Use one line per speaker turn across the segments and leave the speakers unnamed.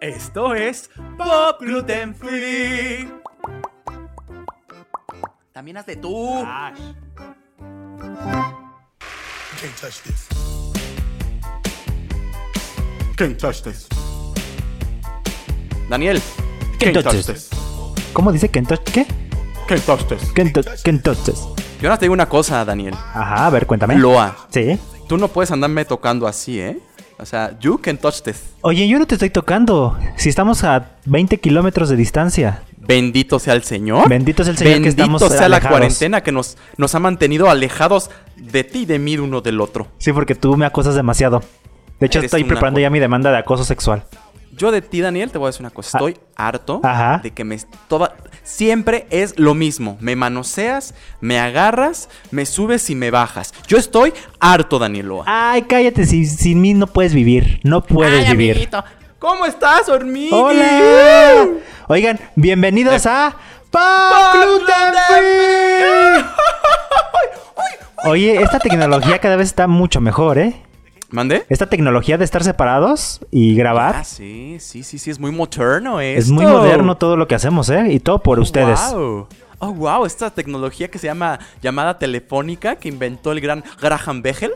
Esto es Pop Gluten Free. También haz de tú.
Ash.
Can't touch this.
Can't touch this.
Daniel.
Can't touch
touch
this.
¿Cómo dice Kentoch? ¿Qué?
Can't touch this.
Kentoch. Kentoches.
Yo ahora te digo una cosa, Daniel.
Ajá, a ver, cuéntame.
Loa,
Sí.
tú no puedes andarme tocando así, ¿eh? O sea, you can touch this.
Oye, yo no te estoy tocando. Si estamos a 20 kilómetros de distancia.
Bendito sea el Señor.
Bendito es el Señor que
Bendito
estamos
sea la
alejados.
cuarentena que nos, nos ha mantenido alejados de ti y de mí uno del otro.
Sí, porque tú me acosas demasiado. De hecho,
Eres
estoy
una
preparando
jo-
ya mi demanda de acoso sexual.
Yo de ti, Daniel, te voy a decir una cosa. Estoy harto
Ah. Ajá.
de que me... Toda, siempre es lo mismo. Me manoseas, me agarras, me subes y me bajas. Yo estoy harto, Daniel Loa.
Ay, cállate, si, sin mí no puedes vivir. No Ah, puedes
Ay,
vivir.
amiguito. ¿Cómo estás, hormiga?
¡Hola! Oigan, bienvenidos a Pop Gluten Free. Oye, esta tecnología cada vez está mucho mejor, ¿eh?
¿Mandé?
Esta tecnología de estar separados y grabar
Ah, sí, sí, sí, sí, es muy moderno esto.
es muy moderno todo lo que hacemos, ¿eh? Y todo por ustedes.
Wow. Oh, wow, esta tecnología que se llama llamada telefónica que inventó el gran Graham Bechel.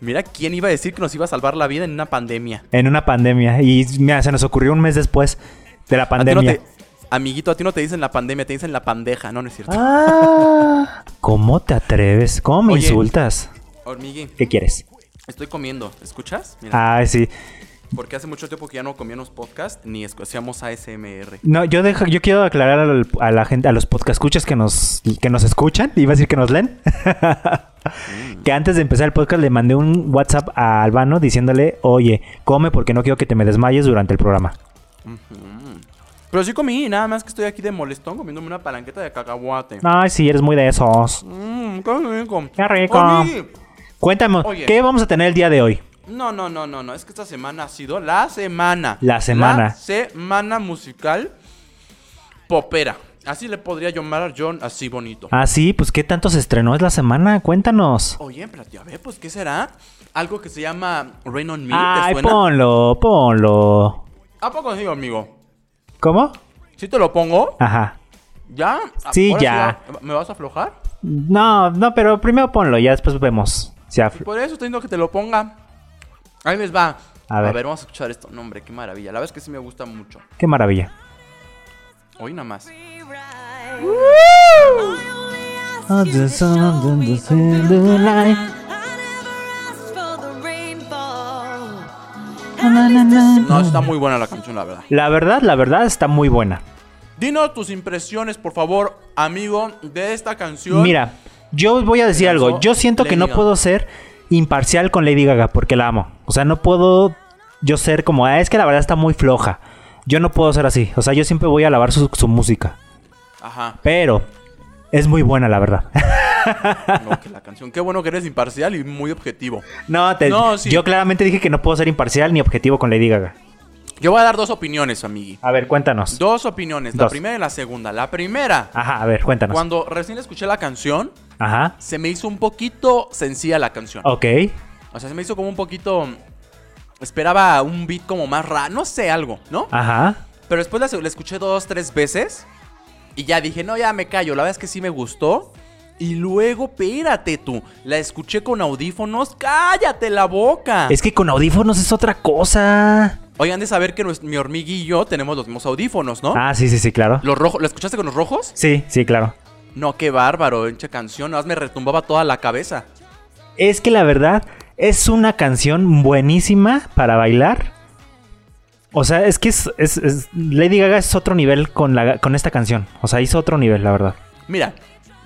Mira, ¿quién iba a decir que nos iba a salvar la vida en una pandemia?
En una pandemia. Y mira, se nos ocurrió un mes después de la
A ti no
pandemia.
te- amiguito, a ti no te dicen la pandemia, te dicen la pandeja. No, no es cierto.
Ah, ¿Cómo te atreves? ¿Cómo me
Oye.
insultas?
Hormigui,
¿Qué quieres?
estoy comiendo. ¿Escuchas? Mira,
Ay, sí.
porque hace mucho tiempo que ya no comíamos podcast ni escu- hacíamos ASMR.
No, yo dejo, yo quiero aclarar al- a la gente, a los podcastcuchas que nos, que nos escuchan, iba a decir que nos leen, que antes de empezar el podcast le mandé un WhatsApp a Albano diciéndole, oye, come porque no quiero que te me desmayes durante el programa.
Pero sí comí, nada más que estoy aquí de molestón comiéndome una palanqueta de cacahuate.
Ay, sí, eres muy de esos.
Mmm, qué rico.
Qué rico.
Hormigui,
Cuéntame,
Oye.
¿qué vamos a tener el día de hoy?
No, no, no, no, no. Es que esta semana ha sido la semana.
La semana.
La semana musical popera. Así le podría llamar yo así bonito.
Ah, sí, pues ¿qué tanto se estrenó? Es la semana, cuéntanos.
Oye, pero a ver, pues, ¿qué será? Algo que se llama Rain on Me, ¿te
Ay,
suena?
ponlo, ponlo.
¿A poco sí, amigo?
¿Cómo?
¿Sí te lo pongo?
Ajá.
¿Ya?
Sí,
Ahora
ya.
va- ¿Me vas a aflojar?
No, no, pero primero ponlo, ya después vemos. Si afl-
Por eso tengo que te lo ponga. Ahí les va.
A ver.
vamos a escuchar esto. No, hombre, qué maravilla. La verdad es que sí me gusta mucho.
Qué maravilla.
Hoy nada más.
Oh, the sound and the cellulite.
No, está muy buena la canción, la verdad.
La verdad, la verdad está muy buena.
Dinos tus impresiones, por favor, amigo, de esta canción.
Mira, yo voy a decir
lanzó
algo. Yo siento que
Lady
no
Gaga.
puedo ser imparcial con Lady Gaga porque la amo. O sea, no puedo yo ser como, "Ah, es que la verdad está muy floja. Yo no puedo ser así. O sea, yo siempre voy a alabar su, su música.
Ajá,
Pero es muy buena, la verdad.
no, que la canción. Qué bueno que eres imparcial y muy objetivo.
no, te-
No, sí.
yo claramente dije que no puedo ser imparcial ni objetivo con Lady Gaga.
Yo voy a dar dos opiniones, amigui.
A ver, cuéntanos.
Dos opiniones, la
Dos.
primera y la segunda. La primera,
Ajá, a ver, cuéntanos.
cuando recién escuché la canción,
Ajá.
se me hizo un poquito sencilla la canción.
Ok.
O sea, se me hizo como un poquito... Esperaba un beat como más raro, no sé, algo, ¿no?
Ajá.
Pero después la, la escuché dos, tres veces y ya dije, no, ya me callo. La verdad es que sí me gustó. Y luego, espérate tú, la escuché con audífonos. ¡Cállate la boca!
Es que con audífonos es otra cosa.
Oigan, de saber que nues- mi hormiguillo y yo tenemos los mismos audífonos, ¿no?
Ah, sí, sí, sí, claro.
¿Los rojos? ¿La escuchaste con los rojos?
Sí, sí, claro.
No, qué bárbaro, hincha canción. Nada más me retumbaba toda la cabeza.
Es que la verdad es una canción buenísima para bailar. O sea, es que es, es- es- Lady Gaga es otro nivel con, la, con esta canción. O sea, hizo otro nivel, la verdad.
Mira,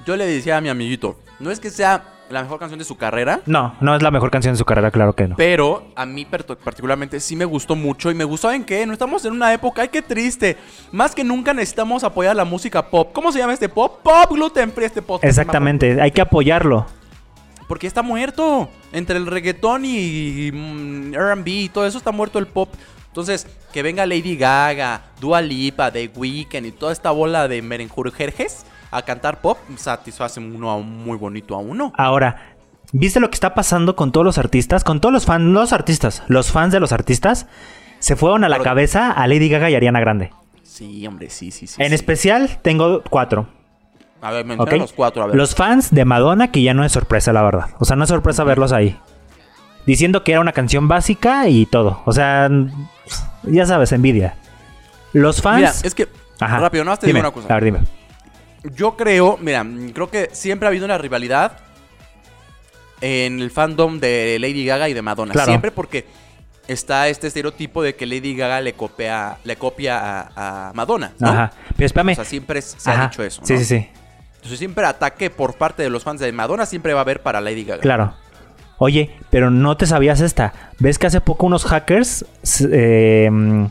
yo le decía a mi amiguito, no es que sea la mejor canción de su carrera,
No, no es la mejor canción de su carrera, claro que no.
Pero a mí perto- particularmente sí me gustó mucho y me gustó, ¿saben qué? No estamos en una época, ¡ay, qué triste! Más que nunca necesitamos apoyar la música pop. ¿Cómo se llama este pop? Pop gluten free este podcast.
Exactamente, hay que apoyarlo.
Porque está muerto. Entre el reggaetón y mm, R&B y todo eso está muerto el pop. Entonces, que venga Lady Gaga, Dua Lipa, The Weeknd y toda esta bola de merenjurjerjes a cantar pop, satisface uno a un- muy bonito a uno.
Ahora, ¿viste lo que está pasando con todos los artistas? Con todos los fans, no los artistas, los fans de los artistas. se fueron a la
Pero-
cabeza a Lady Gaga y Ariana Grande.
Sí, hombre, sí, sí, sí.
En
sí.
especial tengo cuatro.
A ver, menciona
¿ok?
los cuatro, a ver.
Los fans de Madonna, que ya no es sorpresa, la verdad. O sea, no es sorpresa verlos ahí. Diciendo que era una canción básica y todo. O sea, n- ya sabes, envidia. Los fans.
Mira, es que.
Ajá.
Rápido, no te
Dime,
digo una cosa.
A ver, dime.
Yo creo, mira, mm, creo que siempre ha habido una rivalidad en el fandom de Lady Gaga y de Madonna.
Claro.
Siempre porque está este estereotipo de que Lady Gaga le copia, le copia a, a Madonna. ¿no?
Ajá. Pero espérame.
O sea, siempre es- se
Ajá.
ha dicho eso.
Sí,
¿no?
sí, sí.
Entonces siempre ataque por parte de los fans de Madonna siempre va a haber para Lady Gaga.
Claro. Oye, pero no te sabías esta. ¿Ves que hace poco unos hackers s- eh, mm,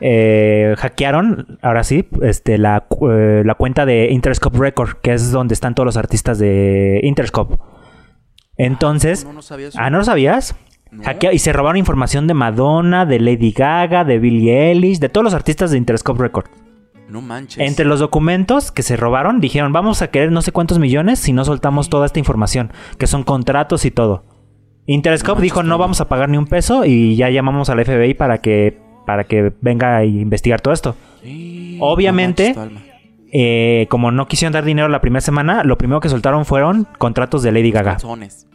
eh, hackearon, ahora sí, este, la, cu- eh, la cuenta de Interscope Record, que es donde están todos los artistas de Interscope? Entonces,
No, no sabía eso.
ah, ¿no lo sabías?
No.
Hackea- y se robaron información de Madonna, de Lady Gaga, de Billie Eilish, de todos los artistas de Interscope Record.
No manches.
Entre los documentos que se robaron, dijeron, vamos a querer no sé cuántos millones si no soltamos toda esta información, que son contratos y todo. Interscope
No manches,
dijo, no
cabrón.
vamos a pagar ni un peso y ya llamamos al FBI para que, para que venga a investigar todo esto.
Sí,
obviamente-
no manches, tu alma.
Eh, como no quisieron dar dinero la primera semana, lo primero que soltaron fueron contratos de Lady Gaga.
Calzones.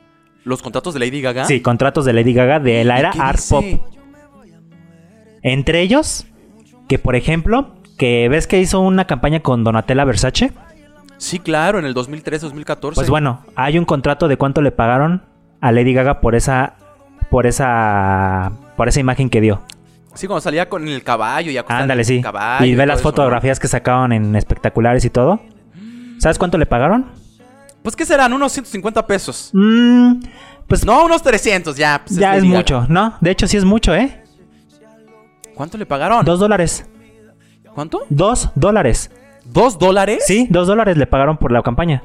Los contratos de Lady Gaga.
Sí, contratos de Lady Gaga de la
¿Y
era
qué
Art
dice?
Pop. Entre ellos, que por ejemplo, que ves que hizo una campaña con Donatella Versace.
Sí, claro, en el 2003, 2014.
Pues bueno, hay un contrato de cuánto le pagaron a Lady Gaga por esa por esa por esa imagen que dio.
Sí, cuando salía con el caballo y acostado en
Ándale,
el
sí.
caballo
Y ve
todo
las
eso, ¿no?
fotografías que sacaron en espectaculares y todo. ¿Sabes cuánto le pagaron?
Pues, ¿qué serán? Unos 150 pesos.
Mm, pues
No, unos 300 ya. pues,
ya es
Lady Gaga.
mucho, ¿no? De hecho sí es mucho, ¿eh?
¿Cuánto le pagaron?
Dos dólares.
¿Cuánto?
Dos dólares.
¿Dos dólares?
Sí, dos dólares le pagaron por la campaña.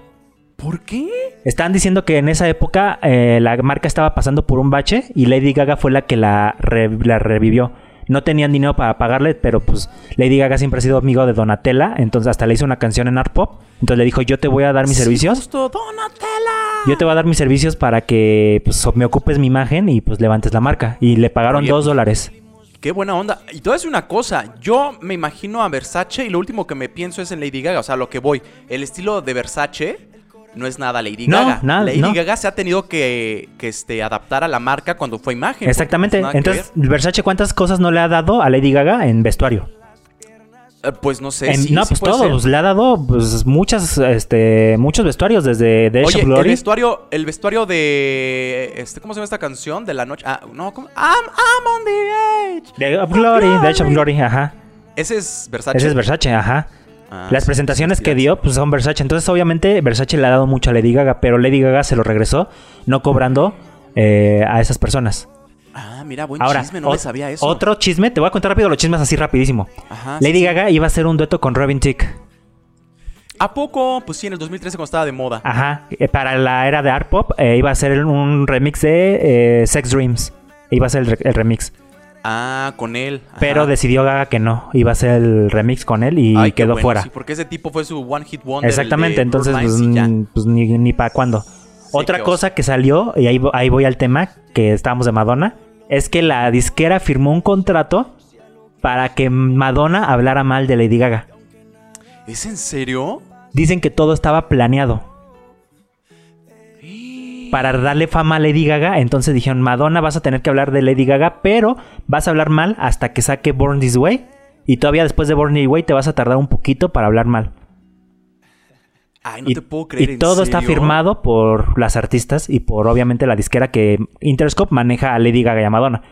¿Por qué?
Están diciendo que en esa época eh, la marca estaba pasando por un bache y Lady Gaga fue la que la, re- la revivió. No tenían dinero para pagarle, pero pues Lady Gaga siempre ha sido amigo de Donatella, entonces hasta le hizo una canción en Art Pop. Entonces le dijo, yo te voy a dar mis servicios,
Justo, Donatella.
yo te voy a dar mis servicios para que pues, me ocupes mi imagen y pues levantes la marca. Y le pagaron
Oye,
dos dólares.
Qué buena onda. Y te voy a decir una cosa. Yo me imagino a Versace y lo último que me pienso es en Lady Gaga. O sea, lo que voy. El estilo de Versace no es nada Lady
No,
Gaga.
nada,
Lady
no.
Gaga se ha tenido que, que, este, adaptar a la marca cuando fue imagen.
Exactamente.
porque, pues, nada que
Entonces, Versace, ¿cuántas cosas no le ha dado a Lady Gaga en vestuario?
ver. Eh, pues no sé.
En-
sí,
no,
sí
pues
puede
todo.
ser.
pues, le ha dado pues, muchas, este, muchos vestuarios desde The Edge
Oye,
of
el
Glory.
vestuario, el vestuario de este, ¿cómo se llama esta canción? De la noche. Ah, no, ¿cómo? I'm, I'm on the edge.
The of ah, pues, Glory, The Edge of Glory, ajá.
Ese es Versace.
Ese es Versace, ajá.
Ah,
Las
sí,
presentaciones
sí,
que
sí,
dio pues son Versace. Entonces, obviamente, Versace le ha dado mucho a Lady Gaga, pero Lady Gaga se lo regresó, no cobrando eh, a esas personas.
Ah, mira, buen
Ahora,
chisme, no me
ot-
sabía eso.
otro chisme, te voy a contar rápido los chismes así rapidísimo.
Ajá, sí,
Lady
sí.
Gaga iba a hacer un dueto con Robin Thicke,
¿A poco? Pues sí, en el 2013 cuando estaba de moda.
ajá. eh, para la era de art pop eh, iba a hacer un remix de eh, Sex Dreams. Iba a ser el, re- el remix,
Ah, con él. Ajá.
pero decidió Gaga que no, iba a hacer el remix con él y
Ay, qué
quedó
bueno,
fuera.
sí, porque ese tipo fue su one hit wonder. el
Exactamente,
de
entonces pues,
Bloodlines y ya.
mm, pues, ni, para cuándo. Otra
qué oso.
cosa que salió, y ahí, vo- ahí voy al tema que estábamos de Madonna, es que la disquera firmó un contrato para que Madonna hablara mal de Lady Gaga. mm.
¿Es en serio?
Dicen que todo estaba planeado. Para darle fama a Lady Gaga, entonces dijeron, Madonna vas a tener que hablar de Lady Gaga, pero vas a hablar mal hasta que saque Born This Way. Y todavía después de Born This Way te vas a tardar un poquito para hablar mal.
Ay, no te puedo creer.
y
¿en
todo está
serio?
firmado por las artistas y por obviamente la disquera que Interscope maneja a Lady Gaga y a Madonna.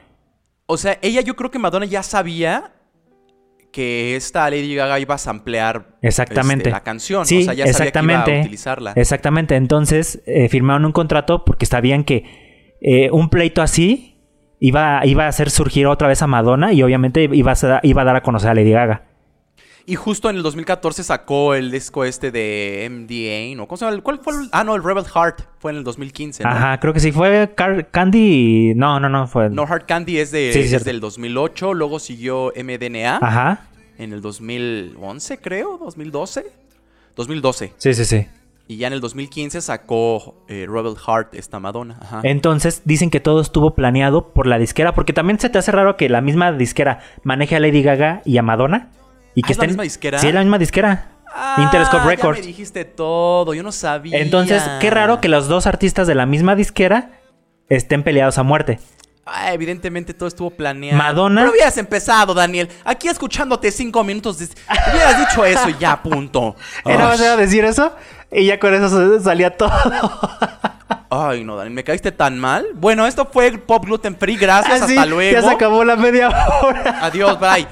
O sea, ella yo creo que Madonna ya sabía que esta Lady Gaga iba a samplear
Exactamente.
este, la canción.
Sí,
o sea, ya sabía que iba a utilizarla.
Exactamente. Entonces eh, firmaron un contrato porque sabían que eh, un pleito así iba, iba a hacer surgir otra vez a Madonna y obviamente iba a, ser- iba a dar a conocer a Lady Gaga.
Y justo en el 2014 sacó el disco este de MDA, ¿no? ¿Cómo se llama? ¿Cuál fue? el- Ah, no, el Rebel Heart. Fue en el 2015, ¿no?
Ajá, creo que sí. Fue Car- Candy. y- No, no, no. Fue.
No Hard Candy es, de,
Sí, sí,
es
cierto.
del 2008, luego siguió MDNA
Ajá.
en el 2011, creo, 2012. 2012.
Sí, sí, sí.
Y ya en el 2015 sacó eh, Rebel Heart esta Madonna. Ajá.
Entonces dicen que todo estuvo planeado por la disquera, porque también se te hace raro que la misma disquera maneje a Lady Gaga y a Madonna. Y
Ah,
que
¿es la
estén-
misma disquera?
Sí, es la misma disquera.
Ah,
Interscope
ya
Records.
me dijiste todo, yo no sabía.
Entonces, qué raro que los dos artistas de la misma disquera estén peleados a muerte.
Ah, evidentemente todo estuvo planeado.
Madonna.
Pero hubieras empezado, Daniel. Aquí escuchándote cinco minutos. dis- Hubieras dicho eso y ya, punto.
Era más era
Ay,
decir eso y ya con eso se- salía todo.
Ay, no, Daniel, me caíste tan mal. Bueno, esto fue Pop Gluten Free. Gracias,
Así,
hasta luego.
Ah, Ya se acabó la media hora.
Adiós, bye.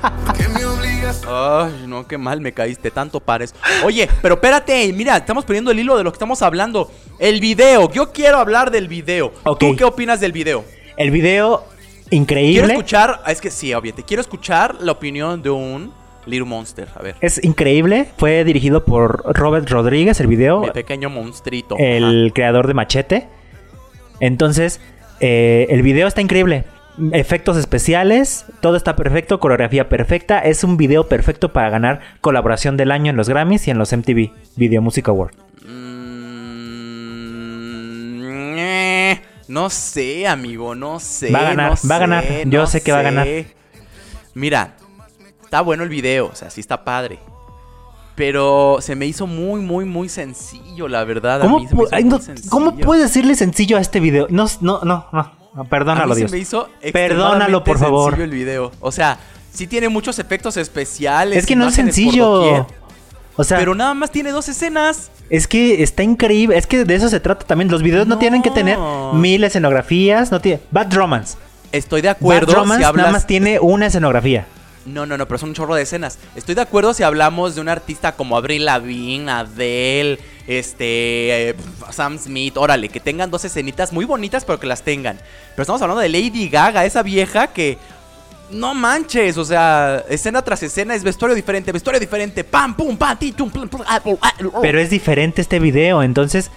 Ay, no, qué mal me caíste, tanto pares. Oye, pero espérate, mira, estamos perdiendo el hilo de lo que estamos hablando. El video, yo quiero hablar del video.
Ok.
¿Tú qué opinas del video?
El video
Quiero
increíble.
escuchar, ah, es que sí, obviamente, quiero escuchar la opinión de un Little Monster. A ver,
Es increíble. Fue dirigido por Robert Rodríguez, el video.
mi pequeño monstrito.
el creador de Machete. Entonces, eh, el video está increíble. Efectos especiales, todo está perfecto, coreografía perfecta. Es un video perfecto para ganar colaboración del año en los Grammys y en los MTV Video Music Award.
Ajá. Mm, eh, No sé, amigo, no sé.
Va a ganar,
no
va a ganar.
sé,
Yo
no
sé que va a ganar.
Mira, está bueno el video, o sea, sí está padre. Pero se me hizo muy, muy, muy sencillo, la verdad. a
¿Cómo,
mí se me
pu-
hizo
ay,
muy
no-
sencillo.
¿cómo puedes decirle sencillo a este video? No, no, no, no.
A
Perdónalo,
mí se
Dios.
me hizo
Perdónalo, por
extremadamente
favor.
sencillo el video. O sea, sí tiene muchos efectos especiales.
Es que no es
imágenes por
sencillo.
doquier,
O sea,
pero nada más tiene dos escenas.
Es que está increíble. Es que de eso se trata también. Los videos no, tienen que tener
No.
mil escenografías. No tiene. Bad Romance.
Estoy de
Bad
acuerdo.
Romance
si hablas...
nada más tiene una escenografía.
No, no, no, pero son un chorro de escenas. Estoy de acuerdo si hablamos de un artista como Avril Lavigne, Adele, este, eh, Sam Smith, órale, que tengan dos escenitas muy bonitas, pero que las tengan. Pero estamos hablando de Lady Gaga, esa vieja que no manches, o sea, escena tras escena es vestuario diferente, vestuario diferente, pam, pum, pam, ti, tum, plum, plum, ah, plum, ah, plum.
Pero es diferente este video. Entonces,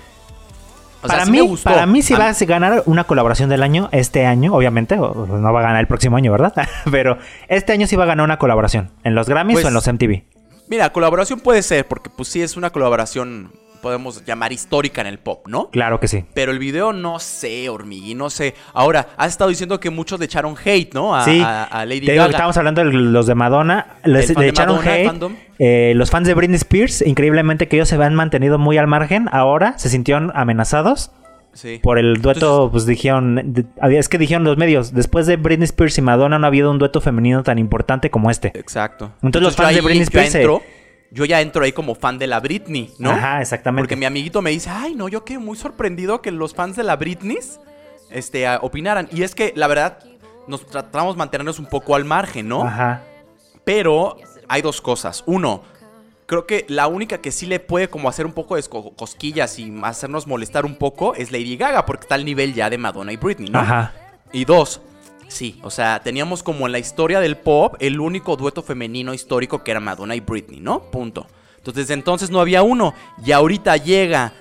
O sea,
para,
sí me
mí,
gustó.
para mí, si
A-
va a ganar una colaboración del año, este año, obviamente, o- o no va a ganar el próximo año, ¿verdad? Pero este año sí va a ganar una colaboración. En los Grammys
Pues-
o en los MTV.
Mira, colaboración puede ser, porque pues sí es una colaboración, podemos llamar histórica en el pop, ¿no?
Claro que sí.
Pero el video no sé, hormigui, no sé. Ahora, has estado diciendo que muchos le echaron hate, ¿no? A,
sí,
a- a Lady
te digo que
Gaga.
estábamos hablando de los de Madonna, les,
El fan
le
de
echaron
Madonna,
hate.
fandom.
Eh, los fans de Britney Spears, increíblemente que ellos se han mantenido muy al margen, ahora se sintieron amenazados
Sí.
por el dueto, pues dijeron, de- había- es que dijeron los medios, después de Britney Spears y Madonna no ha habido un dueto femenino tan importante como este.
Exacto.
Entonces, los fans
yo
de
ahí-
Britney
yo
Spears se-
entro- yo ya entro ahí como fan de la Britney, ¿no?
Ajá, exactamente.
Porque mi amiguito me dice, ay, no, yo quedé muy sorprendido que los fans de la Britney este, ah, opinaran. Y es que, la verdad, nos tratamos de mantenernos un poco al margen, ¿no?
Ajá.
Pero hay dos cosas. Uno, creo que la única que sí le puede como hacer un poco de esco- cosquillas y hacernos molestar un poco es Lady Gaga, porque está al nivel ya de Madonna y Britney, ¿no?
Ajá.
Y dos, sí, o sea, teníamos como en la historia del pop el único dueto femenino histórico que era Madonna y Britney, ¿no? Punto. Entonces, desde entonces no había uno. Y ahorita llega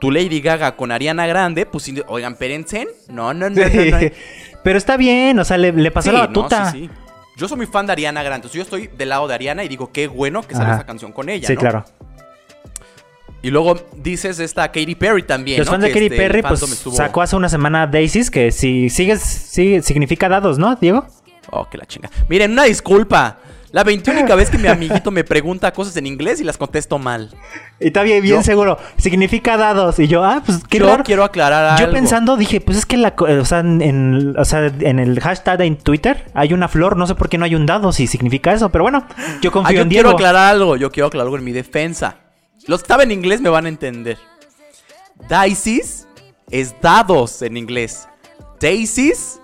tu Lady Gaga con Ariana Grande, pues, sí, oigan, espérense. No, no, no, no, no.
Pero está bien, o sea, le, le pasó
Sí,
la
no,
batuta.
sí, sí. Yo soy muy fan de Ariana Grande, entonces yo estoy del lado de Ariana y digo, qué bueno que salió
Ajá.
esa canción con ella.
Sí,
¿no?
claro.
Y luego dices esta Katy Perry también.
Los
¿no?
fans de
Que,
Katy
este, el
Perry, pues
fandom estuvo-
sacó hace una semana Daisies, que si sigues, sigue, significa dados, ¿no, Diego?
Oh, que la chinga. Miren, una disculpa. La 21 vez que mi amiguito me pregunta cosas en inglés y las contesto mal.
Y está bien, bien
Yo-
seguro. Significa dados. Y yo, ah, pues qué
yo
raro.
quiero aclarar
Yo
algo.
pensando dije, pues es que la, co- o, sea, en- en, o sea, en el hashtag en Twitter hay una flor, no sé por qué no hay un dado, si significa eso, pero bueno, yo
Ah,
confío
yo
en
quiero
Diego.
aclarar algo. Yo quiero aclarar algo en mi defensa. Los que saben inglés me van a entender. Daisies es dados en inglés. Daisies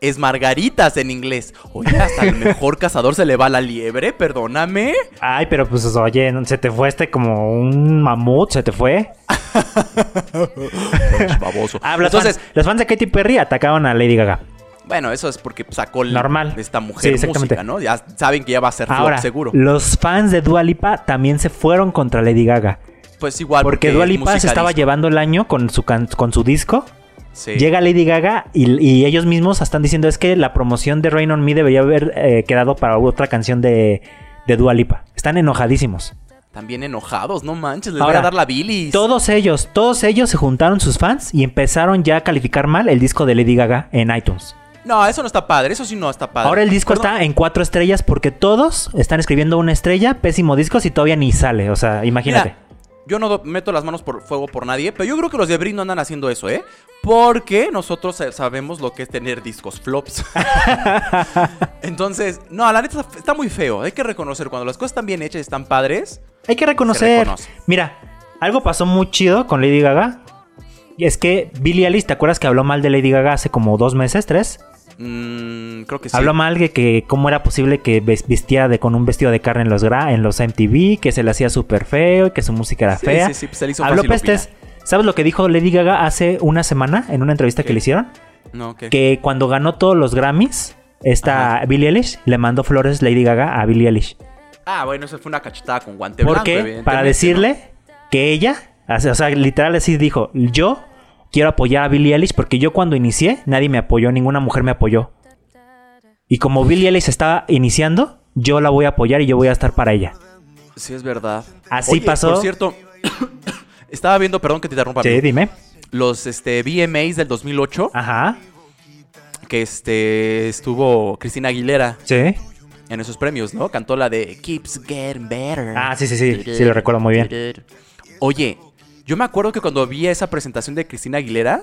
es margaritas en inglés. Oye, hasta el mejor cazador se le va la liebre, perdóname.
Ay, pero pues oye, no- se te fue este como un mamut, se te fue.
Pinche Baboso.
Ah, los,
Entonces,
fans, los fans de Katy Perry atacaron a Lady Gaga.
bueno, eso es porque sacó la-
Normal.
esta
Sí,
mujer
exactamente.
música, ¿no? Ya saben que ya va a ser flop,
Ahora,
seguro.
los fans de Dua Lipa también se fueron contra Lady Gaga.
Pues igual.
Porque Dua
es
Lipa se estaba
musicalista.
llevando el año con su, can- con su disco.
Sí.
Llega Lady Gaga y, y ellos mismos están diciendo es que la promoción de Rain on Me debería haber eh, quedado para otra canción de, de Dua Lipa. Están enojadísimos.
También enojados, no manches, les voy
Ahora,
a dar la bilis.
Todos ellos, todos ellos se juntaron sus fans y empezaron ya a calificar mal el disco de Lady Gaga en iTunes.
No, eso no está padre, eso sí no está padre.
Ahora el disco está en cuatro estrellas porque todos están escribiendo una estrella, pésimo disco, si todavía ni sale. O sea, imagínate.
Mira, yo no do- meto las manos por fuego por nadie, pero yo creo que los de Brit no andan haciendo eso, ¿eh? Porque nosotros eh, sabemos lo que es tener discos flops. Entonces, no, la neta está- está muy feo. Hay que reconocer cuando las cosas están bien hechas y están padres.
Hay que reconocer.
reconoce.
Mira, algo pasó muy chido con Lady Gaga. Y es que Billie Eilish, ¿te acuerdas que habló mal de Lady Gaga hace como dos meses, tres?
mm, creo que sí.
Habló mal de que cómo era posible que ves- vestía de, con un vestido de carne en los, gra- en los MTV, que se le hacía súper feo, que su música era
Sí,
fea.
sí, sí, pues se le hizo
Habló
fácil
pestes. ¿Sabes lo que dijo Lady Gaga hace una semana en una entrevista
¿Qué?
que le hicieron?
No, ok.
Que cuando ganó todos los Grammys, esta Billie Eilish le mandó flores Lady Gaga a Billie Eilish.
Ah, bueno, eso fue una cachetada con guante
¿Por
blanco,
qué?
evidentemente,
Para decirle que ella, o sea, literal así dijo, yo quiero apoyar a Billie Eilish porque yo cuando inicié nadie me apoyó, ninguna mujer me apoyó. Y como Billie Eilish estaba iniciando, yo la voy a apoyar y yo voy a estar para ella.
¿no? Sí, es verdad.
Así
Oye,
pasó.
Por cierto, estaba viendo, perdón que te interrumpa,
Sí, Ah.
amigo,
dime.
los este, VMAs del 2008,
Ajá.
que este, estuvo Cristina Aguilera
Sí.
en esos premios, ¿no? Cantó la de Keeps Getting Better.
Ah, sí, sí, sí, sí, lo recuerdo muy bien.
Oye, yo me acuerdo que cuando vi esa presentación de Cristina Aguilera,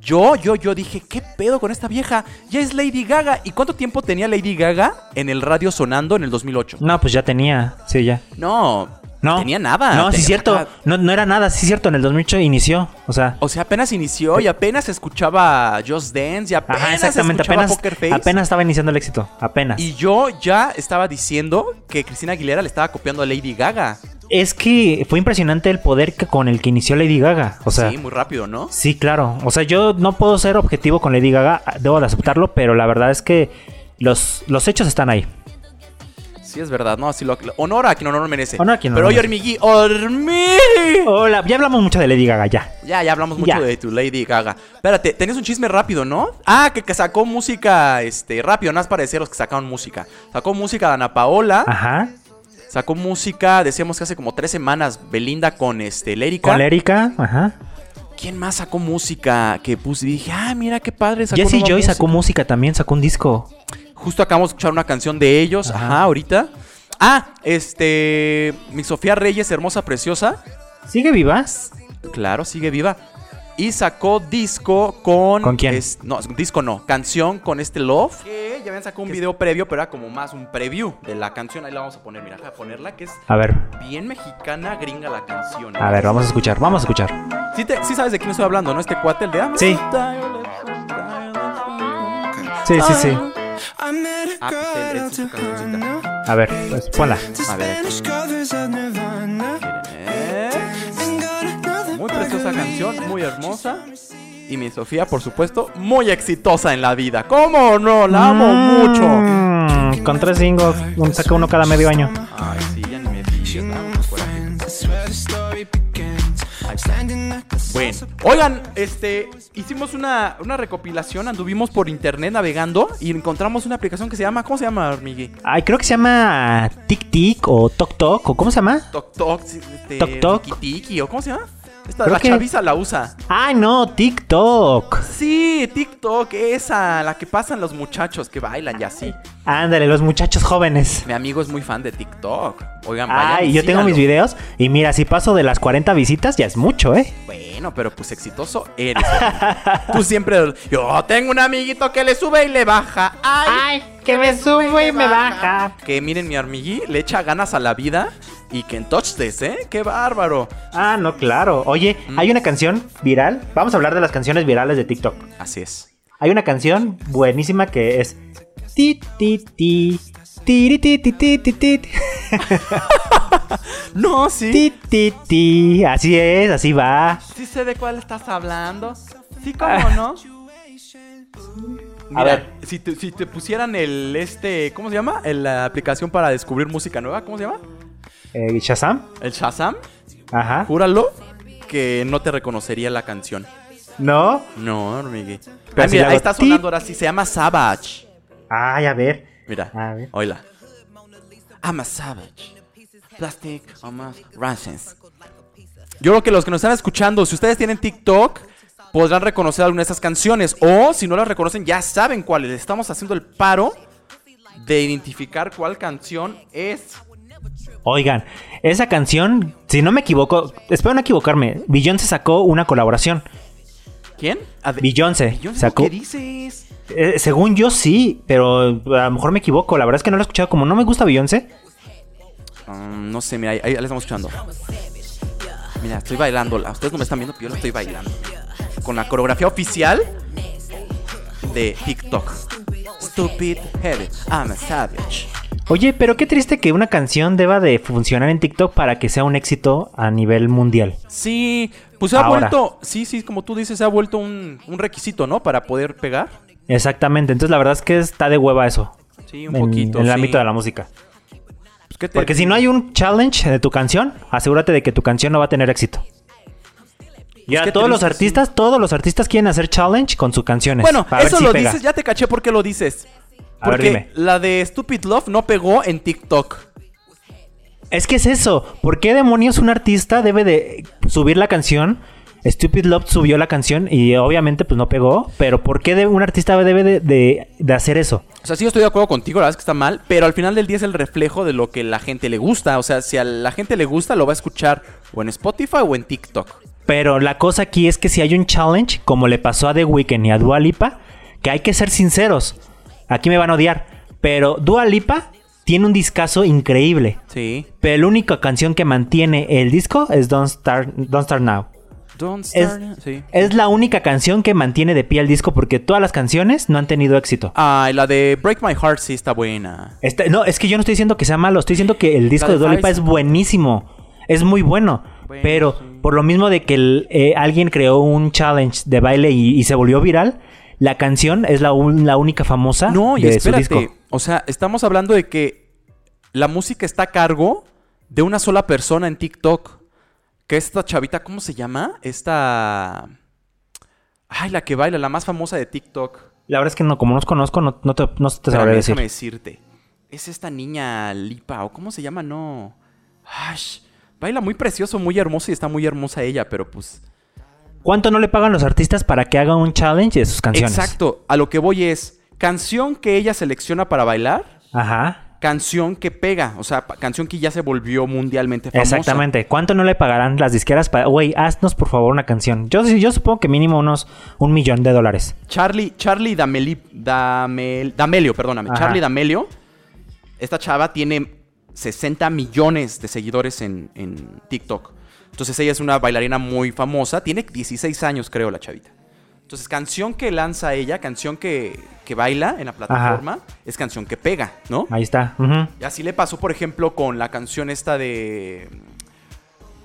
yo, yo, yo dije, ¿qué pedo con esta vieja? Ya es Lady Gaga. ¿Y cuánto tiempo tenía Lady Gaga en el radio sonando en el 2008?
No, pues ya tenía, sí, ya.
No,
No.
tenía nada.
No, sí,
Tenía-
es cierto. No, no era nada, sí, es cierto. En el 2008 inició. O sea,
O sea, apenas inició y apenas escuchaba Just Dance y apenas
ajá, exactamente.
escuchaba
Apenas,
Poker Face.
apenas estaba iniciando el éxito. Apenas.
Y yo ya estaba diciendo que Cristina Aguilera le estaba copiando a Lady Gaga.
Es que fue impresionante el poder que- con el que inició Lady Gaga. O sea,
sí,
sí,
muy rápido, ¿no?
claro. O sea, yo no puedo ser objetivo con Lady Gaga, debo de aceptarlo, pero la verdad es que los, los hechos están ahí.
Sí, es verdad, no, así lo honor a quien honor merece.
Honor a quien
Pero
honor
oye, hormigui, hormigui.
Hola, ya hablamos mucho de Lady Gaga, ya.
Ya, ya hablamos mucho
Ya.
de tu Lady Gaga. Espérate, tenías un chisme rápido, ¿no? Ah, que, que sacó música, este, rápido, nada más para decir los que sacaron música. Sacó música de Ana Paola,
Ajá.
sacó música, decíamos que hace como tres semanas, Belinda con este, Lérica.
Con la Erika, ajá.
¿Quién más sacó música que puse? Y dije, ah, mira qué padre sacó
Jesse
nueva
Joy sacó
música.
música también, sacó un disco.
Justo acabamos de escuchar una canción de ellos, ajá,
Ajá.
ahorita. Ah, este, mi Sofía Reyes, hermosa, preciosa.
¿Sigue vivas?
Claro, sigue viva. Y sacó disco con.
¿Con quién?
es- no, disco no, canción con este Love. Que ya habían sacado un video previo, pero era como más un preview de la canción. Ahí la vamos a poner, mira, a ponerla, que es
A ver,
bien mexicana, gringa la canción.
a ver, vamos a escuchar, vamos a escuchar.
Sí, te- sí sabes de quién estoy hablando, ¿no? Este cuate, el de.
Sí. Sí, sí, sí.
Ah, pues él- él hizo cancioncita.
A ver, pues ponla.
A ver. Eh. Muy preciosa canción, muy hermosa. Y mi Sofía, por supuesto, muy exitosa en la vida. ¿Cómo no? La amo
Mm.
mucho.
mucho. Mm, Con tres singles, un- saca uno cada medio año.
Ay, sí, ya ni me digas, nada más por ahí. Bueno, oigan, este, hicimos una, una recopilación, anduvimos por internet navegando y encontramos una aplicación que se llama, ¿cómo se llama, Miguel?
Ay, creo que se llama Tic Tic o Toc Toc o ¿cómo se llama?
Tok Tok, este,
Tok Tok.
Tiki Tiki, o ¿cómo se llama? Esta,
Creo
la
que-
chaviza la usa.
Ay, no, TikTok.
Sí, TikTok, esa, la que pasan los muchachos que bailan y así.
Ándale, los muchachos jóvenes.
Mi amigo es muy fan de TikTok. Oigan, vayan
Ay,
y
yo tengo mis
síganlo.
videos y mira, si paso de las 40 visitas ya es mucho, ¿eh?
Bueno, pero pues exitoso eres. Tú siempre. Yo tengo un amiguito que le sube y le baja. Ay,
que me subo y me baja.
Que miren, mi hormiguí le echa ganas a la vida y que en touchdowns, ¿eh? ¡Qué bárbaro!
Ah, no, claro. Oye, hay una canción viral. Vamos a hablar de las canciones virales de TikTok.
Así es.
Hay una canción buenísima que es ti ti ti tiri, ti ti ti ti ti ti.
No, sí.
Ti, ti, ti. Así es, así va.
Sí sé de cuál estás hablando. Sí, cómo no. Mira,
ver.
Si, te, si te pusieran el este, ¿cómo se llama? El, la aplicación para descubrir música nueva, ¿cómo se llama?
Eh, Shazam.
El Shazam,
Ajá.
júralo que no te reconocería la canción.
¿No?
No, hormigui. Ah,
Pero si
mira,
le
ahí
hago
está
tit.
sonando ahora sí, se llama Savage.
Ay, a ver.
Mira,
A ver.
oíla. I'm a savage. Plastic o más races. Yo creo que los que nos están escuchando, si ustedes tienen TikTok, podrán reconocer alguna de estas canciones. O si no las reconocen, ya saben cuáles. Les Estamos haciendo el paro de identificar cuál canción es.
Oigan, esa canción, si no me equivoco, espero no equivocarme, Beyoncé sacó una colaboración.
¿Quién? Ade-
Beyoncé
Beyoncé,
sacó-
¿Qué dices?
Eh, según yo sí, pero a lo mejor me equivoco. La verdad es que no lo he escuchado. Como no me gusta Beyoncé,
Mm, no sé, mira, ahí, ahí la estamos escuchando. Mira, estoy bailándola. Ustedes no me están viendo, pero yo la estoy bailando. Con la coreografía oficial de TikTok. Stupid Heavy, I'm a savage.
Oye, pero qué triste que una canción deba de funcionar en TikTok para que sea un éxito a nivel mundial.
Sí, pues se ha
Ahora.
vuelto, sí, sí, como tú dices, se ha vuelto un, un requisito, ¿no? Para poder pegar.
Exactamente, entonces la verdad es que está de hueva eso.
Sí, un
en,
poquito.
En el
sí.
ámbito de la música.
Pues, ¿qué te-
Porque si no hay un challenge de tu canción, asegúrate de que tu canción no va a tener éxito. Y
qué
ahora todos los
triste, sí.
artistas, todos los artistas quieren hacer challenge con sus canciones.
Bueno,
para ver
eso
si
lo
pega.
dices, ya te caché por qué lo dices.
A ver,
Porque
dime.
la de Stupid Love no pegó en TikTok.
Es que es eso. ¿Por qué demonios un artista debe de subir la canción? Stupid Love subió la canción y obviamente pues no pegó, pero ¿por qué de- un artista debe de, de- de hacer eso?
O sea, sí, yo estoy de acuerdo contigo, la verdad es que está mal, pero al final del día es el reflejo de lo que la gente le gusta. O sea, si a la gente le gusta, lo va a escuchar o en Spotify o en TikTok.
Pero la cosa aquí es que si hay un challenge, como le pasó a The Weeknd y a Dua Lipa, que hay que ser sinceros. Aquí me van a odiar, pero Dua Lipa tiene un discazo increíble.
Sí.
Pero la única canción que mantiene el disco es Don't Start, Don't Start Now.
Don't
Es,
start. Sí.
es la única canción que mantiene de pie el disco porque todas las canciones no han tenido éxito.
Ah, y la de Break My Heart sí está buena.
Está- Este, no, es que yo no estoy diciendo que sea malo, estoy diciendo que el disco
La
de
de
Dua Lipa
Five-
es buenísimo, es muy bueno,
Bueno,
pero
sí.
por lo mismo de que el- eh, alguien creó un challenge de baile y, y se volvió viral, la canción es la, un- la única famosa
No, y
de su
espérate.
disco.
O sea, estamos hablando de que la música está a cargo de una sola persona en TikTok. Que esta chavita, ¿cómo se llama? Esta. Ay, la que baila, la más famosa de TikTok.
La verdad es que no, como no los conozco, no, no te, no te
Espérame,
sabré decir.
déjame decirte. Es esta niña Lipa, o cómo se llama, no. Ash. Baila muy precioso, muy hermoso y está muy hermosa ella, pero pues.
¿Cuánto no le pagan los artistas para que hagan un challenge de sus canciones?
Exacto. A lo que voy es. Canción que ella selecciona para bailar,
Ajá.
canción que pega. O sea, pa- canción que ya se volvió mundialmente famosa.
Exactamente. ¿Cuánto no le pagarán las disqueras para... Güey, haznos por favor una canción. Yo, yo supongo que mínimo unos un millón de dólares.
Charlie, Charlie Dameli, Damel- D'Amelio, perdóname.
Ajá.
Charlie D'Amelio. Esta chava tiene 60 millones de seguidores en, en TikTok. Entonces ella es una bailarina muy famosa. Tiene 16 años, creo, la chavita. Entonces, canción que lanza ella, canción que, que baila en la plataforma, es canción que pega, ¿no?
Ahí está. Ujú.
Y así le pasó, por ejemplo, con la canción esta de.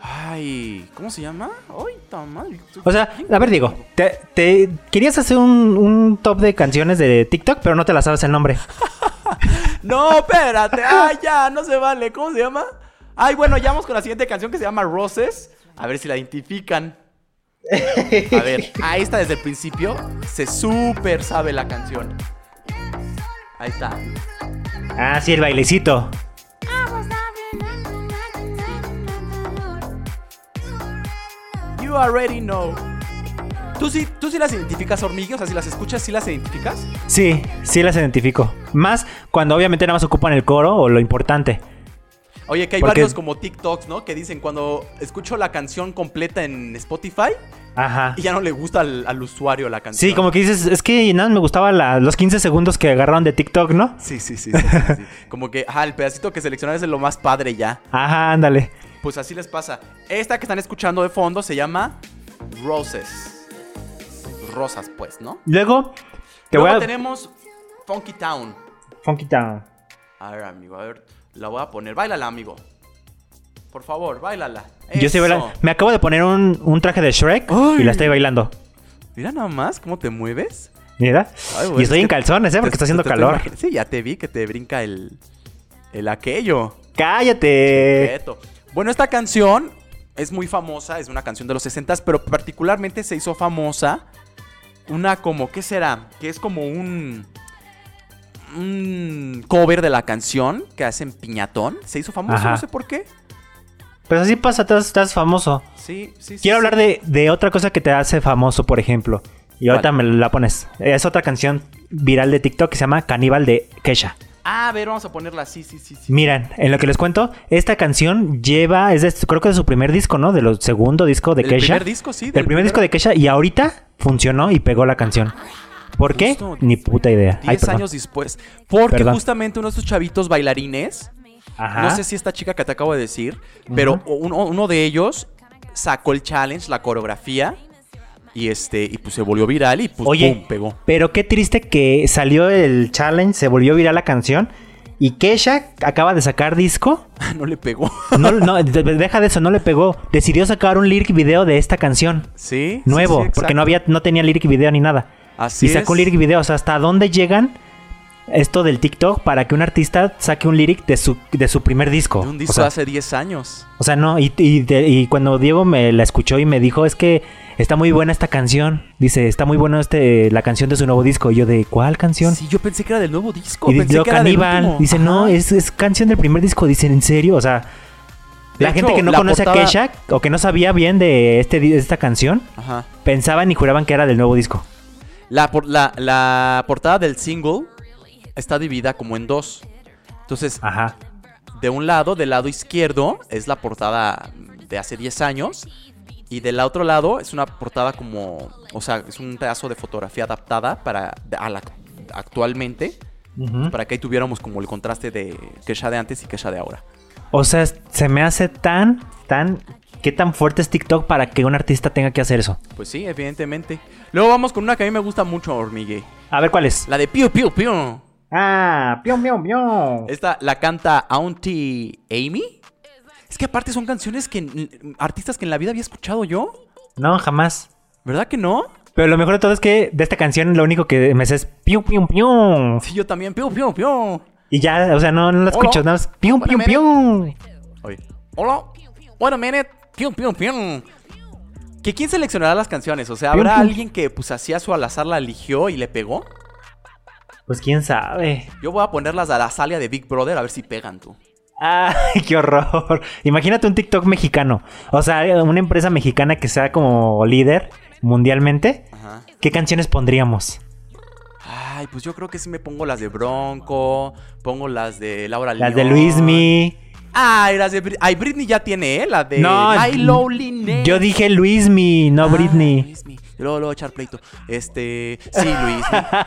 Ay, ¿cómo se llama? Ay, tan mal.
O sea, a ver, Diego, te, te- querías hacer un, un top de canciones de TikTok, pero no te la sabes el nombre.
No, espérate. Ay, ya, no se vale. ¿Cómo se llama? Ay, bueno, ya vamos con la siguiente canción que se llama Roses. A ver si la identifican. A ver, ahí está desde el principio. Se súper sabe la canción. Ahí está.
Ah, sí, el bailecito.
You already know. ¿Tú sí, tú sí las identificas, hormigas? O sea, si las escuchas, ¿sí las identificas?
Sí, sí las identifico. Más cuando obviamente nada más ocupan el coro o lo importante.
Oye, que hay
Porque-
varios como TikToks, ¿no? Que dicen cuando escucho la canción completa en Spotify
Ajá.
y ya no le gusta al, al usuario la canción.
Sí, como que dices, es que nada más me gustaba la- los 15 segundos que agarraron de TikTok, ¿no?
Sí, sí, sí. sí, sí, sí. Como que, ajá, el pedacito que seleccionar es de lo más padre ya.
Ajá, ándale.
Pues así les pasa. Esta que están escuchando de fondo se llama Roses. Rosas, pues, ¿no?
Luego, te
Luego
voy a...
tenemos Funky Town.
Funky Town.
A ver, amigo, a ver, la voy a poner. Bailala, amigo. Por favor, bailala.
Yo
Eso.
estoy bailando. Me acabo de poner un, un traje de Shrek y
Ay.
la estoy bailando.
Mira nada más cómo te mueves.
Mira.
Ay, güey, es
y estoy en
que-
calzones, ¿eh? Porque
Te-
está haciendo
te- te- te
calor.
imagino- Sí, ya te vi que te brinca el. El aquello.
Cállate.
Beto. Bueno, esta canción es muy famosa, es una canción de los 60 pero particularmente se hizo famosa una como, ¿qué será? Que es como un... un cover de la canción que hacen Piñatón. Se hizo famoso,
Ajá.
no sé por qué.
Pero así pasa, estás, estás famoso.
Sí, sí, sí,
Quiero
sí.
hablar de, de otra cosa que te hace famoso, por ejemplo. Y ahorita me la pones. Es otra canción viral de TikTok que se llama Caníbal de Kesha.
Ah, a ver, vamos a ponerla así, sí, sí, sí.
Miren, en lo que les cuento, esta canción lleva, es de- creo que es de su primer disco, ¿no? De los segundo disco de
Del
Kesha.
primer disco, sí,
Del,
del primer-
primer disco de Kesha y ahorita funcionó y pegó la canción. ¿Por qué?
Justo.
Ni puta idea. Ay,
10
perdón.
años después. Porque
Perdón.
justamente uno de esos chavitos bailarines,
Ajá.
no sé si esta chica que te acabo de decir, pero uno, uno de ellos sacó el challenge, la coreografía, y este, y pues se volvió viral y pues
Oye,
pum, pegó.
pero qué triste que salió el challenge, se volvió viral la canción y Kesha acaba de sacar disco.
no le pegó.
No, no, de- de- deja de eso, no le pegó. Decidió sacar un lyric video de esta canción.
Sí.
Nuevo,
sí, sí,
porque
exacto.
no había, no tenía lyric video ni nada.
Así
y sacó un
es.
lyric video. O sea, ¿hasta dónde llegan esto del TikTok para que un artista saque un lyric de su, de su primer disco?
De un disco
o sea,
hace 10 años.
o sea, no, y, y de- y cuando Diego me la escuchó y me dijo, es que está muy buena esta canción. Dice, está muy buena este, la canción de su nuevo disco. Y yo de, ¿cuál canción?
Sí, yo pensé que era del nuevo disco.
y
pensé
dice,
que era del
Caníbal.
último.
Dice, no,
Ajá.
es, es canción del primer disco. Dice, ¿en serio? O sea,
De
la
hecho,
gente que no
la
conoce
portada-
a Kesha o que no sabía bien de, este, di- de esta canción,
Ajá.
pensaban y juraban que era del nuevo disco.
La, por- la, la portada del single está dividida como en dos. Entonces,
Ajá.
de un lado, del lado izquierdo, es la portada de hace 10 años. Y del otro lado es una portada como, o sea, es un pedazo de fotografía adaptada para a la, actualmente,
Ujú.
para que ahí tuviéramos como el contraste de Kesha de antes y Kesha de ahora.
O sea, es- se me hace tan, tan... ¿Qué tan fuerte es TikTok para que un artista tenga que hacer eso?
Pues sí, evidentemente. Luego vamos con una que a mí me gusta mucho, Hormigue.
A ver, ¿cuál es?
La de Piu Piu Piu.
Ah, pion, pion, pion.
Esta la canta Auntie Amy. Es que aparte son canciones que n- artistas que en la vida había escuchado yo.
No, jamás.
¿Verdad que no?
Pero lo mejor de todo es que de esta canción lo único que me sé es pium, pium, pium.
Sí, yo también. Piu, piu, piu.
Y ya, o sea, no, no la escucho,
Hola.
nada más pium,
Oh, Bueno,
pium,
mira.
pium.
Oye. Hola. Bueno, eh, minute. Piu, piu, piu. ¿Que quién seleccionará las canciones? O sea,
Piu,
¿habrá
piu.
alguien que pues así a su al azar la eligió y le pegó?
Pues quién sabe.
Yo voy a ponerlas a la salia de Big Brother a ver si pegan tú.
Ay, qué horror. Imagínate un TikTok mexicano. O sea, una empresa mexicana que sea como líder mundialmente.
Ajá.
¿Qué canciones pondríamos?
Ay, pues yo creo que sí me pongo las de Bronco, pongo las de Laura
Las de
León.
Luismi.
Ay, las de Britney. Ay, Britney ya tiene, ¿eh? La de
No,
My Loneliness.
Yo dije Luismi, no
Ah,
Britney.
Luismi. Yo luego, luego echar pleito. Este. Sí, Luis.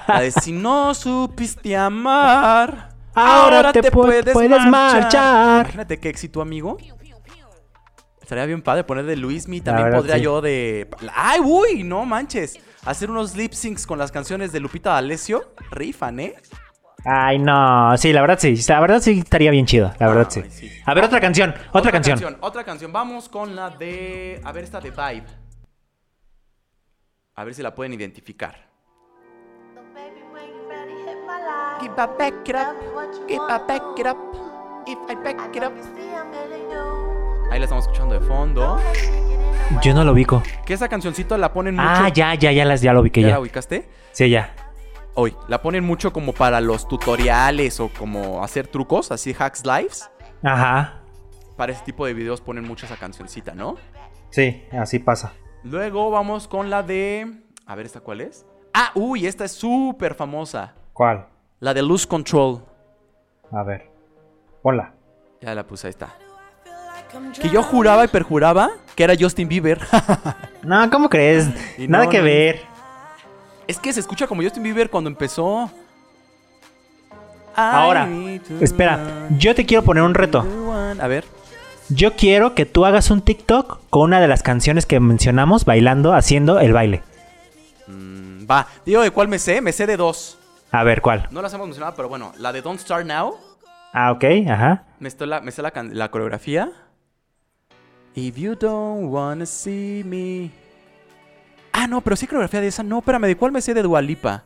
La de si no supiste amar.
Ahora te pu- puedes marchar.
Imagínate qué éxito, amigo. Estaría bien padre poner de Luismi. También
verdad,
podría
sí.
yo de. ¡Ay, uy! No manches. Hacer unos lip syncs con las canciones de Lupita D'Alessio. Rifan, ¿eh?
Ay, no. Sí, la verdad sí. La verdad sí estaría bien chido. La verdad sí.
Ay, sí.
A ver, otra canción. Otra, canción.
Otra canción. Vamos con la de. A ver, esta de Vibe. A ver si la pueden identificar. Give a back it up. Give a back it up. If I back it up. Ahí la estamos escuchando de fondo.
Yo no lo ubico.
Que esa cancioncita la ponen mucho.
Ah, ya, ya, ya, las, ya lo ubiqué
¿Ya
ya.
la ubicaste?
Sí, ya.
Hoy. La ponen mucho como para los tutoriales o como hacer trucos, así hacks lives.
Ajá.
Para ese tipo de videos ponen mucho esa cancioncita, ¿no?
Sí, así pasa.
Luego vamos con la de. A ver, ¿esta cuál es? Ah, uy, esta es súper famosa.
¿Cuál?
La de Lose Control.
A ver. Hola.
Ya la puse, ahí está. Que yo juraba y perjuraba que era Justin Bieber.
No, ¿cómo crees?
Y
Nada
no,
que
no.
ver.
es que se escucha como Justin Bieber cuando empezó.
Ahora, espera, yo te quiero poner un reto.
A ver.
Yo quiero que tú hagas un TikTok con una de las canciones que mencionamos bailando, haciendo el baile.
mm, Va, digo de cuál me sé, me sé de dos.
A ver, ¿cuál?
No las hemos mencionado, pero bueno, la de Don't Start Now.
Ah, ok, ajá.
Me, estoy la, me sé la, can- la coreografía. If you don't wanna see me. Ah, no, pero sí coreografía de esa. No, espérame, ¿de cuál me sé de Dualipa?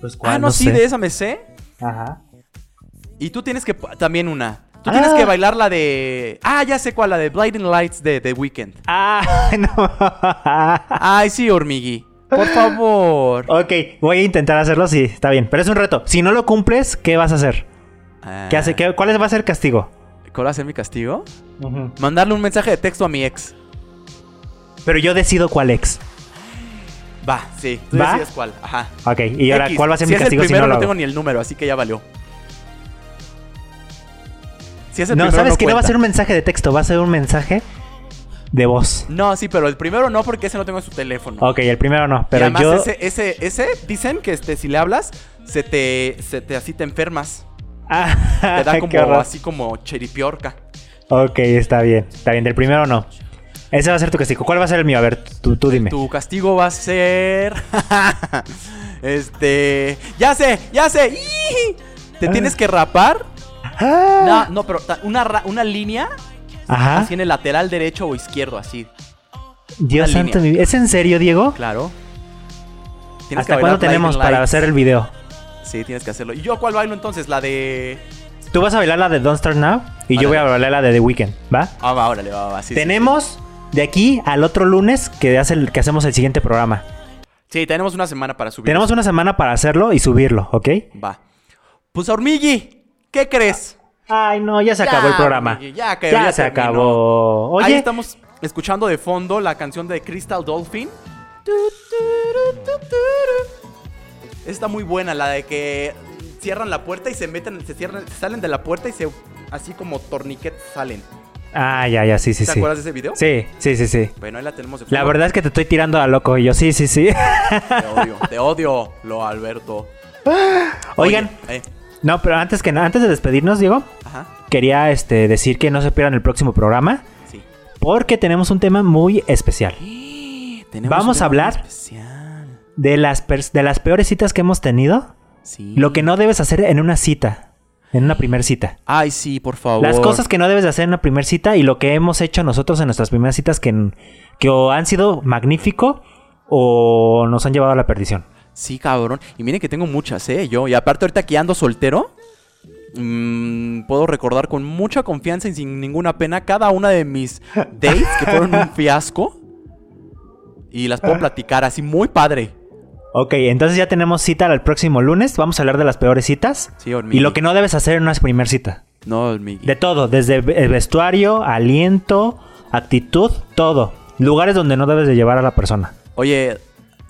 Pues, ¿cuál?
Ah, no, sí,
sé.
de esa me sé.
Ajá.
Y tú tienes que. También una. Tú tienes
Ah.
que bailar la de. Ah, ya sé cuál, la de Blinding Lights de The Weeknd.
Ah, no.
Ay, sí, hormigui. Por favor.
Ok, voy a intentar hacerlo, sí, está bien. Pero es un reto. Si no lo cumples, ¿qué vas a hacer? ¿Qué hace, qué- ¿Cuál va a ser el castigo?
Ah, ¿Cuál va a ser mi castigo? Mandarle un mensaje de texto a mi ex.
Pero yo decido cuál ex.
Va, sí. Tú
¿Va?
decides cuál. Ajá.
Ok, y ahora,
X.
¿cuál va a ser
si
mi castigo
es el
si no
primero,
lo
no,
hago?
tengo ni el número, así que ya valió. Si es el
No,
primero,
sabes que no va a
cuenta.
ser un mensaje de texto, va a ser un mensaje de voz.
No, sí, pero el primero no, porque ese no tengo en su teléfono.
Ok, el primero no,
y
pero
además
yo...
ese, ese, ese, dicen que este, si le hablas, se te, se te así te enfermas.
Ah,
Te da
qué
como
horror.
así como cheripiorca.
Ok, está bien, está bien, del primero no. Ese va a ser tu castigo. ¿Cuál va a ser el mío? A ver, tú, tú dime.
Tu castigo va a ser. este. Ya sé, ya sé. ¡Ii! Te tienes que rapar.
Ah,
No, no, pero ta- una, ra- una línea
Ajá,
así en el lateral derecho o izquierdo, así.
Dios
una
santo, mi- ¿es en serio, Diego?
Claro. Tienes que
¿Hasta
bailar
cuándo tenemos
Blinding
para
Lights.
hacer el video?
Sí, tienes que hacerlo. ¿Y yo cuál bailo entonces? La de.
Tú vas a bailar la de Don't Start Now y yo voy a bailar la de The Weeknd, ¿va?
Ah, va, órale, va, va, va. Sí, sí,
Tenemos de aquí al otro lunes que, hace el- que hacemos el siguiente programa.
Sí, Sí, tenemos una semana para subir.
Tenemos una semana para hacerlo y subirlo, ¿ok?
Va. Pues Hormigui, ¿qué crees?
Ay, no, ya se
Ya,
acabó el programa.
Miguel, ya que- ya
se
terminó.
acabó.
Ahí
Oye,
estamos escuchando de fondo la canción de Crystal Dolphin. Está muy buena la de que cierran la puerta y se meten, se cierran, se salen de la puerta y se así como torniquetes salen.
ah, ya, ya, sí, sí,
¿Te
sí.
acuerdas de ese video?
Sí, sí, sí, sí.
Bueno, ahí la tenemos. de
La
fondo.
verdad es que te estoy tirando a loco. Y yo, sí, sí, sí.
Te odio, te odio, lo Alberto.
Oigan,
Oye, eh,
no, pero antes que na- antes de despedirnos, Diego,
ajá,
quería este, decir que no se pierdan el próximo programa
sí.
porque tenemos un tema muy especial.
Tenemos
Vamos
un
a
tema
hablar
especial.
De las, pers- de las peores citas que hemos tenido,
Sí.
lo que no debes hacer en una cita, en una primera cita.
Ay, sí, por favor.
Las cosas que no debes de hacer en una primera cita y lo que hemos hecho nosotros en nuestras primeras citas que, que o han sido magnífico o nos han llevado a la perdición.
Sí, cabrón. Y miren que tengo muchas, ¿eh? Yo. Y aparte, ahorita que ando soltero, mm, puedo recordar con mucha confianza y sin ninguna pena cada una de mis dates que fueron un fiasco. Y las puedo platicar así muy padre.
Ok, entonces ya tenemos cita el próximo lunes. Vamos a hablar de las peores citas
Sí, hormiga.
y lo que no debes hacer en una primera cita.
No, hormiga.
De todo, desde ve- el vestuario, aliento, actitud, todo. Lugares donde no debes de llevar a la persona.
Oye,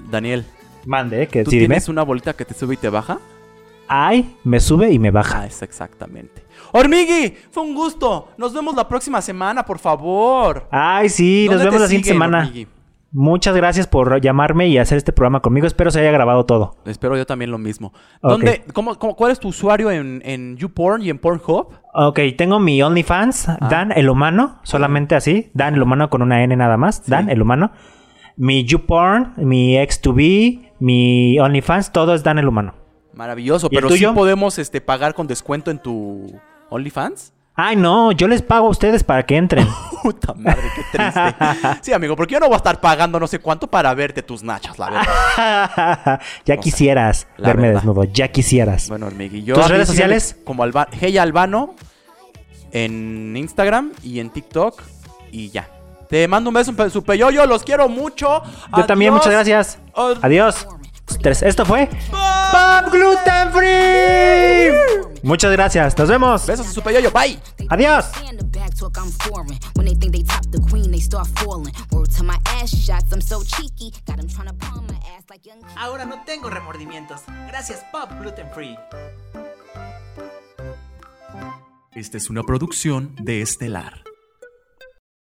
Daniel,
Mande, ¿eh? que
¿tú
sí, dime.
tienes una bolita que te sube y te baja?
Ay, me sube y me baja.
Ah, es exactamente. Hormigui, fue un gusto. Nos vemos la próxima semana, por favor.
Ay, sí, nos
¿Dónde
vemos
te
la siguiente
siguen,
semana.
Hormigui?
Muchas gracias por llamarme y hacer este programa conmigo. Espero se haya grabado todo.
Espero yo también lo mismo.
Ok.
¿Dónde, cómo, cómo- ¿Cuál es tu usuario en, en YouPorn y en Pornhub?
Ok, tengo mi OnlyFans,
Ah.
Dan el Humano, solamente así. Dan el Humano con una N nada más. Dan el Humano. Mi YouPorn, mi X2B, mi OnlyFans, todo es Dan el Humano.
Maravilloso,
¿Y el
pero sí
tuyo?
podemos este, pagar con descuento en tu OnlyFans.
Ay, no, yo les pago a ustedes para que entren.
Puta madre, qué triste. Sí, amigo, porque yo no voy a estar pagando no sé cuánto para verte tus nachas, la verdad.
ya quisieras
la
verme
verdad.
desnudo, ya quisieras.
Bueno, Hormigui, yo.
¿Tus
a mí
redes
síganme
sociales?
Como Alba Hey Albano en Instagram y en TikTok y ya. Te mando un beso, un pe- super yo, yo los quiero mucho.
Yo también,
Adiós.
muchas gracias.
Ad-
Adiós. Tres. Esto fue Pop Gluten Free. Muchas gracias. Nos vemos.
Besos, super yo, yo, bye.
Adiós.
Stand the back talk, I'm foreign. When they think they top the queen, they start falling. Word to my ass shots, I'm so cheeky. Got them tryna palm my ass like young.
Ahora no tengo remordimientos. Gracias Pop Gluten Free.
Esta es una producción de Estelar.